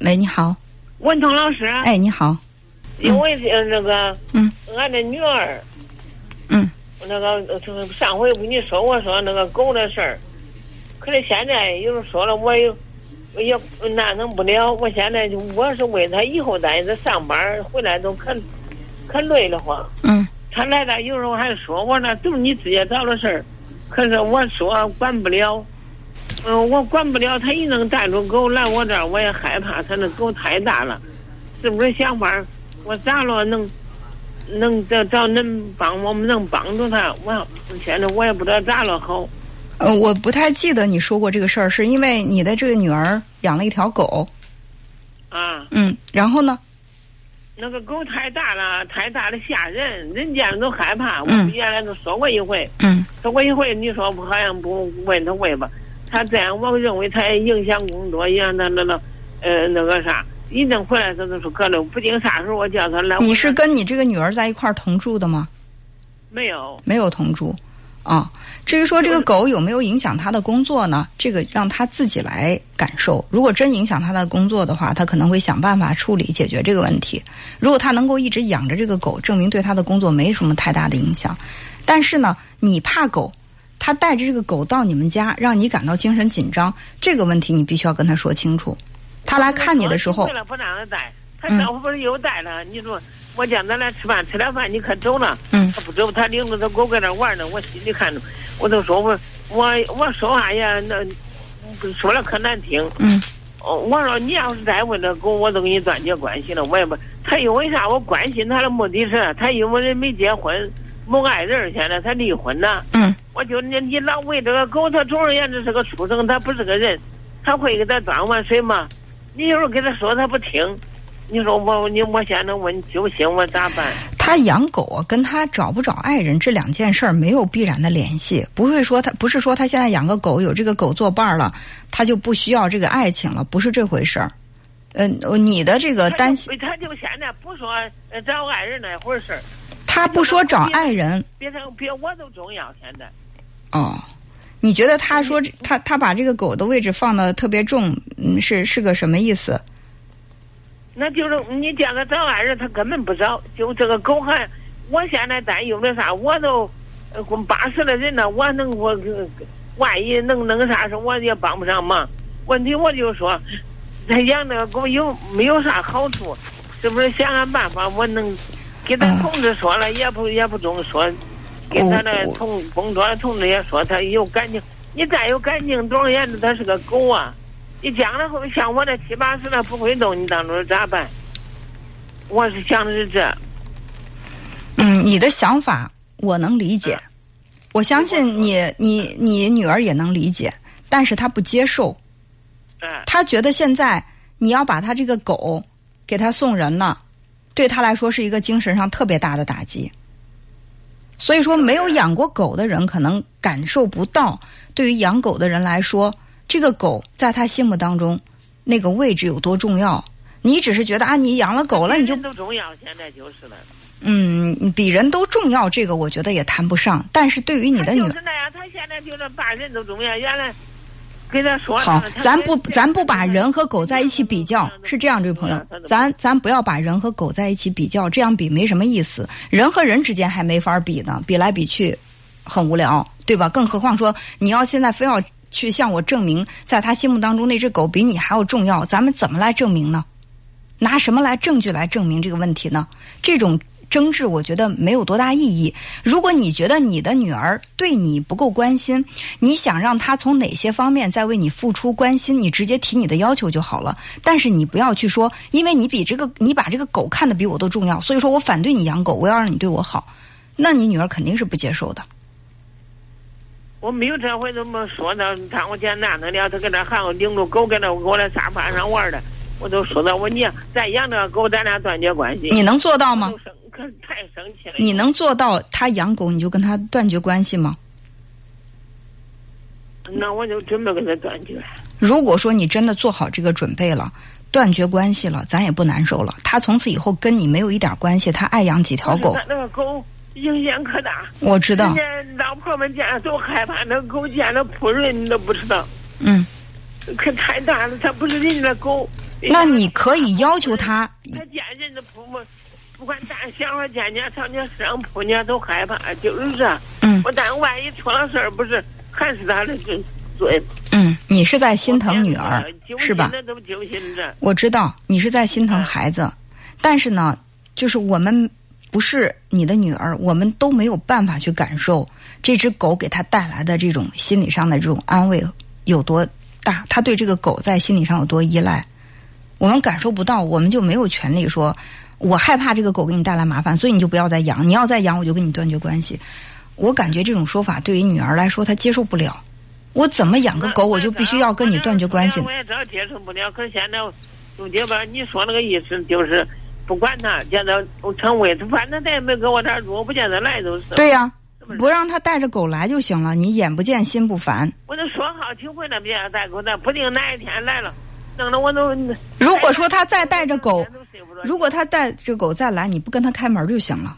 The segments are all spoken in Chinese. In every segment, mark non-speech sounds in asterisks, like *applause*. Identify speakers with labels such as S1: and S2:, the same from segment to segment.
S1: 喂，你好，
S2: 文通老师，
S1: 哎，你好，
S2: 因为呃那个，
S1: 嗯，
S2: 俺的女儿，
S1: 嗯，
S2: 那个呃就是上回不你说我说那个狗的事儿，可是现在有人说了，我也我也那弄不了。我现在就我是为他以后在这上班回来都可可累得慌。
S1: 嗯
S2: 他来了有时候还说我那都是你自己找的事儿，可是我说管不了。嗯，我管不了他，一能带着狗来我这儿，我也害怕他那狗太大了，是不是想法儿？我咋了能能找找恁帮我们能帮助他？我现在我也不知道咋了好。
S1: 呃，我不太记得你说过这个事儿，是因为你的这个女儿养了一条狗，
S2: 啊，
S1: 嗯，然后呢，
S2: 那个狗太大了，太大了吓人，人见了都害怕。我
S1: 嗯
S2: 原来都说过一回，
S1: 嗯
S2: 说过一回，你说不好像不问他问吧？他这样，我认为他也影响工作，也那那那，呃，那个啥，一定回来他都说可能不定啥时候我叫他来。
S1: 你
S2: 我
S1: 是
S2: 说
S1: 跟你这个女儿在一块儿同住的吗？
S2: 没有？
S1: 没有同住，啊。至于说这个狗有没有影响她的工作呢？这个让她自己来感受。如果真影响她的工作的话，她可能会想办法处理解决这个问题。如果她能够一直养着这个狗，证明对她的工作没什么太大的影响。但是呢，你怕狗，她带着这个狗到你们家，让你感到精神紧张，这个问题你必须要跟她说清楚。她来看你的时候
S2: 为，了不让他带，他
S1: 嗯
S2: 上回不是又带了？你说我叫咱俩吃饭，吃了饭你可走了。
S1: 嗯
S2: 他不走，他领着他狗搁那玩呢，我心里看着，我都说我我我说话呀，那不说了可难听。
S1: 嗯
S2: 哦我说你要是再问这狗，我都跟你断绝关系了。我也不，他因为啥？我关心他的目的是，他因为人没结婚，没爱人，现在他离婚了。
S1: 嗯
S2: 我就你你老喂这个狗，它总而言之是个畜生，它不是个人，它会给它端碗水吗？你有时候跟它说它不听，你说我你我现在我揪心，我咋办？
S1: 他养狗啊，跟他找不找爱人这两件事儿没有必然的联系，不会说他不是说他现在养个狗有这个狗作伴儿了，他就不需要这个爱情了，不是这回事儿。嗯、呃，你的这个担心，
S2: 他就他就现在不说呃找爱人那回事儿，
S1: 他不说找爱人
S2: 别他别我都重要现在。
S1: 哦，你觉得他说这他他把这个狗的位置放的特别重，嗯，是是个什么意思？
S2: 那就是你叫他找爱人，他根本不找。就这个狗还，我现在担忧的啥？我都呃八十的人了，我能我呃万一能弄啥事，我也帮不上忙。问题我就说，他养那个狗有没有啥好处？是不是想想办法？我能给他
S1: 嗯
S2: 同志说了，也不也不中说，给他那
S1: 哦我
S2: 同工作的同志也说他有感情。你再有感情，总而言之，他是个狗啊。你将来会像我这七八十了不会动，你当初咋办？我是想的是这，
S1: 嗯，你的想法我能理解，我相信你你你女儿也能理解，但是她不接受。
S2: 哎、
S1: 他觉得现在你要把他这个狗给他送人了，对他来说是一个精神上特别大的打击。所以说，没有养过狗的人可能感受不到，对于养狗的人来说，这个狗在他心目当中那个位置有多重要。你只是觉得啊，你养了狗了，你就
S2: 人都重要，现在就是了。
S1: 嗯，比人都重要，这个我觉得也谈不上。但是对于你的女
S2: 他
S1: 儿
S2: 就是那样，他现在就是把人都重要。原来跟他说
S1: 好
S2: 他，
S1: 咱不咱不把人和狗在一起比较，是这样，这位朋
S2: 啊
S1: 友，咱咱不要把人和狗在一起比较，这样比没什么意思。人和人之间还没法比呢，比来比去很无聊，对吧？更何况说你要现在非要去向我证明，在他心目当中那只狗比你还要重要，咱们怎么来证明呢？拿什么来证据来证明这个问题呢？这种争执，我觉得没有多大意义。如果你觉得你的女儿对你不够关心，你想让她从哪些方面再为你付出关心，你直接提你的要求就好了。但是你不要去说，因为你比这个你把这个狗看得比我都重要，所以说我反对你养狗，我要让你对我好，那你女儿肯定是不接受的。
S2: 我没有这回怎么说呢？你看我见男的了，他搁那喊我领着狗搁那我在沙发上玩的，我都说了，我你再养这个狗，咱俩断绝关系。
S1: 你能做到嗯吗
S2: 我？都生可太生气了。
S1: 你能做到她养狗你就跟她断绝关系吗？
S2: 那我就准备跟他断绝。
S1: 如果说你真的做好这个准备了，断绝关系了，咱也不难受了。他从此以后跟你没有一点关系，他爱养几条狗
S2: 那，那个狗影响可大，
S1: 我知道。
S2: 人家老婆们见了都害怕，那狗见了扑人，你都不知道，
S1: 嗯，
S2: 可太大了。它不是人家的狗，哎
S1: 那你可以要求他，
S2: 他简直是不不，不管大乡或家家，上家上铺家都害怕，就是啊这。
S1: 嗯
S2: *laughs* 我但万一出了事儿，不是害死他了就嘴。
S1: 嗯，你是在心疼女儿
S2: 揪心
S1: 是吧？
S2: 那都揪心着。
S1: 我知道你是在心疼孩子，但是呢，就是我们不是你的女儿，我们都没有办法去感受这只狗给他带来的这种心理上的这种安慰有多大，他对这个狗在心理上有多依赖，我们感受不到，我们就没有权利说，我害怕这个狗给你带来麻烦，所以你就不要再养，你要再养我就跟你断绝关系。我感觉这种说法对于女儿来说，她接受不了。我怎么养个狗，我就必须要跟你断绝关系呢
S2: 我也知道接受不了，可是现在总结吧，你说那个意思就是不管他，叫他成为，反正他也没跟我这儿住，我不见他来都是。
S1: 对呀、
S2: 是不是
S1: 不让他带着狗来就行了，你眼不见心不烦。
S2: 我都说好听会那边带狗，那不定哪一天来了，弄得我都。
S1: 如果说他再带着狗，
S2: 都睡不着
S1: 如果他带着狗再来，你不跟他开门就行了。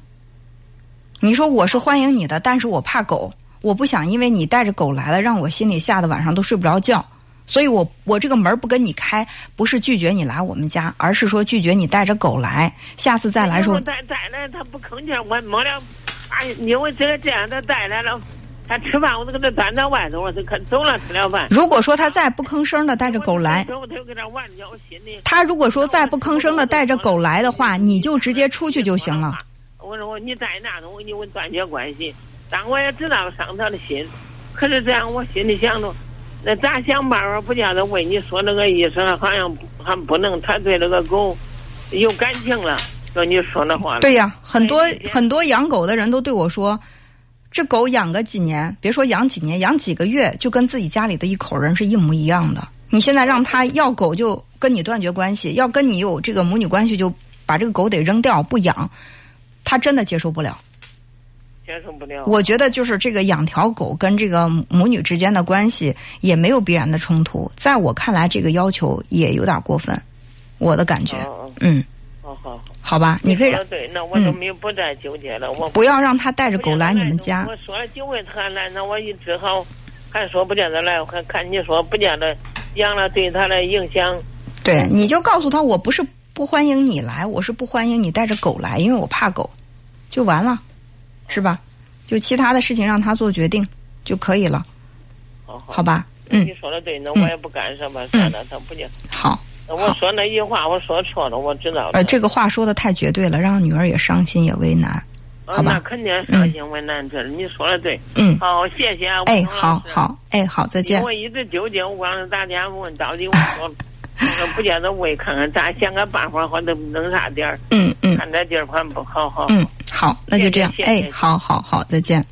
S1: 你说我是欢迎你的，但是我怕狗，我不想因为你带着狗来了，让我心里吓得晚上都睡不着觉。所以我我这个门不跟你开，不是拒绝你来我们家，而是说拒绝你带着狗来，下次再来的时候
S2: 如果带带来哎他不吭气儿，我没了。哎，因为这个这样他带来了，他吃饭我都给他端到外头了，他可走了吃了饭。
S1: 如果说他再不吭声的带着狗来，
S2: 我就搁这玩去，我心里。
S1: 他如果说再不吭声的带着狗来的话，你就直接出去就行了。。
S2: 我说我你在那我你我断绝关系，但我也知道伤他的心，可是这样我心里想着，那咱想办法不叫他为你说那个意思了，好像还不能，他对那个狗有感情了，就你说那话了。
S1: 对呀，很多
S2: 以前
S1: 很多养狗的人都对我说，这狗养个几年，别说养几年，养几个月就跟自己家里的一口人是一模一样的。你现在让它要狗就跟你断绝关系，要跟你有这个母女关系就把这个狗得扔掉不养，它真的接受不了。
S2: 接受不了。
S1: 我觉得就是这个养条狗跟这个母女之间的关系也没有必然的冲突，在我看来这个要求也有点过分，我的感觉，
S2: 哦
S1: 嗯，
S2: 哦，好好，
S1: 好吧，你可以让
S2: 说得对，那我都没有不再纠结了，我
S1: 不要让它带着狗来你们家。
S2: 我说了几回他来，那我一只好，还说不见他来，我还看你说不见他养了对他的影响。
S1: 对，你就告诉他，我不是不欢迎你来，我是不欢迎你带着狗来，因为我怕狗，就完了，是吧？就其他的事情让他做决定就可以了，
S2: 哦好好
S1: 好吧？嗯
S2: 你，说的对，那我也不干什么，算了，他不讲。
S1: 嗯好。
S2: 我说那一话，我说错了，我知道了。
S1: 呃，这个话说的太绝对了，让女儿也伤心也为难。
S2: 啊
S1: 好吧
S2: 那肯定伤心为难这，你说的对。
S1: 嗯，
S2: 好，谢谢啊。吴
S1: 哎，
S2: 彤老
S1: 好
S2: 师。
S1: 好，哎，好，再见。
S2: 我一直纠结，我光是打电话问到底我说，我说不见得喂，看看咱想个办法，或者弄啥点儿，
S1: 嗯嗯
S2: 看这地儿款不好好。
S1: 嗯，好，那就这样
S2: 谢。谢谢
S1: 哎
S2: 谢，
S1: 好好好，再见。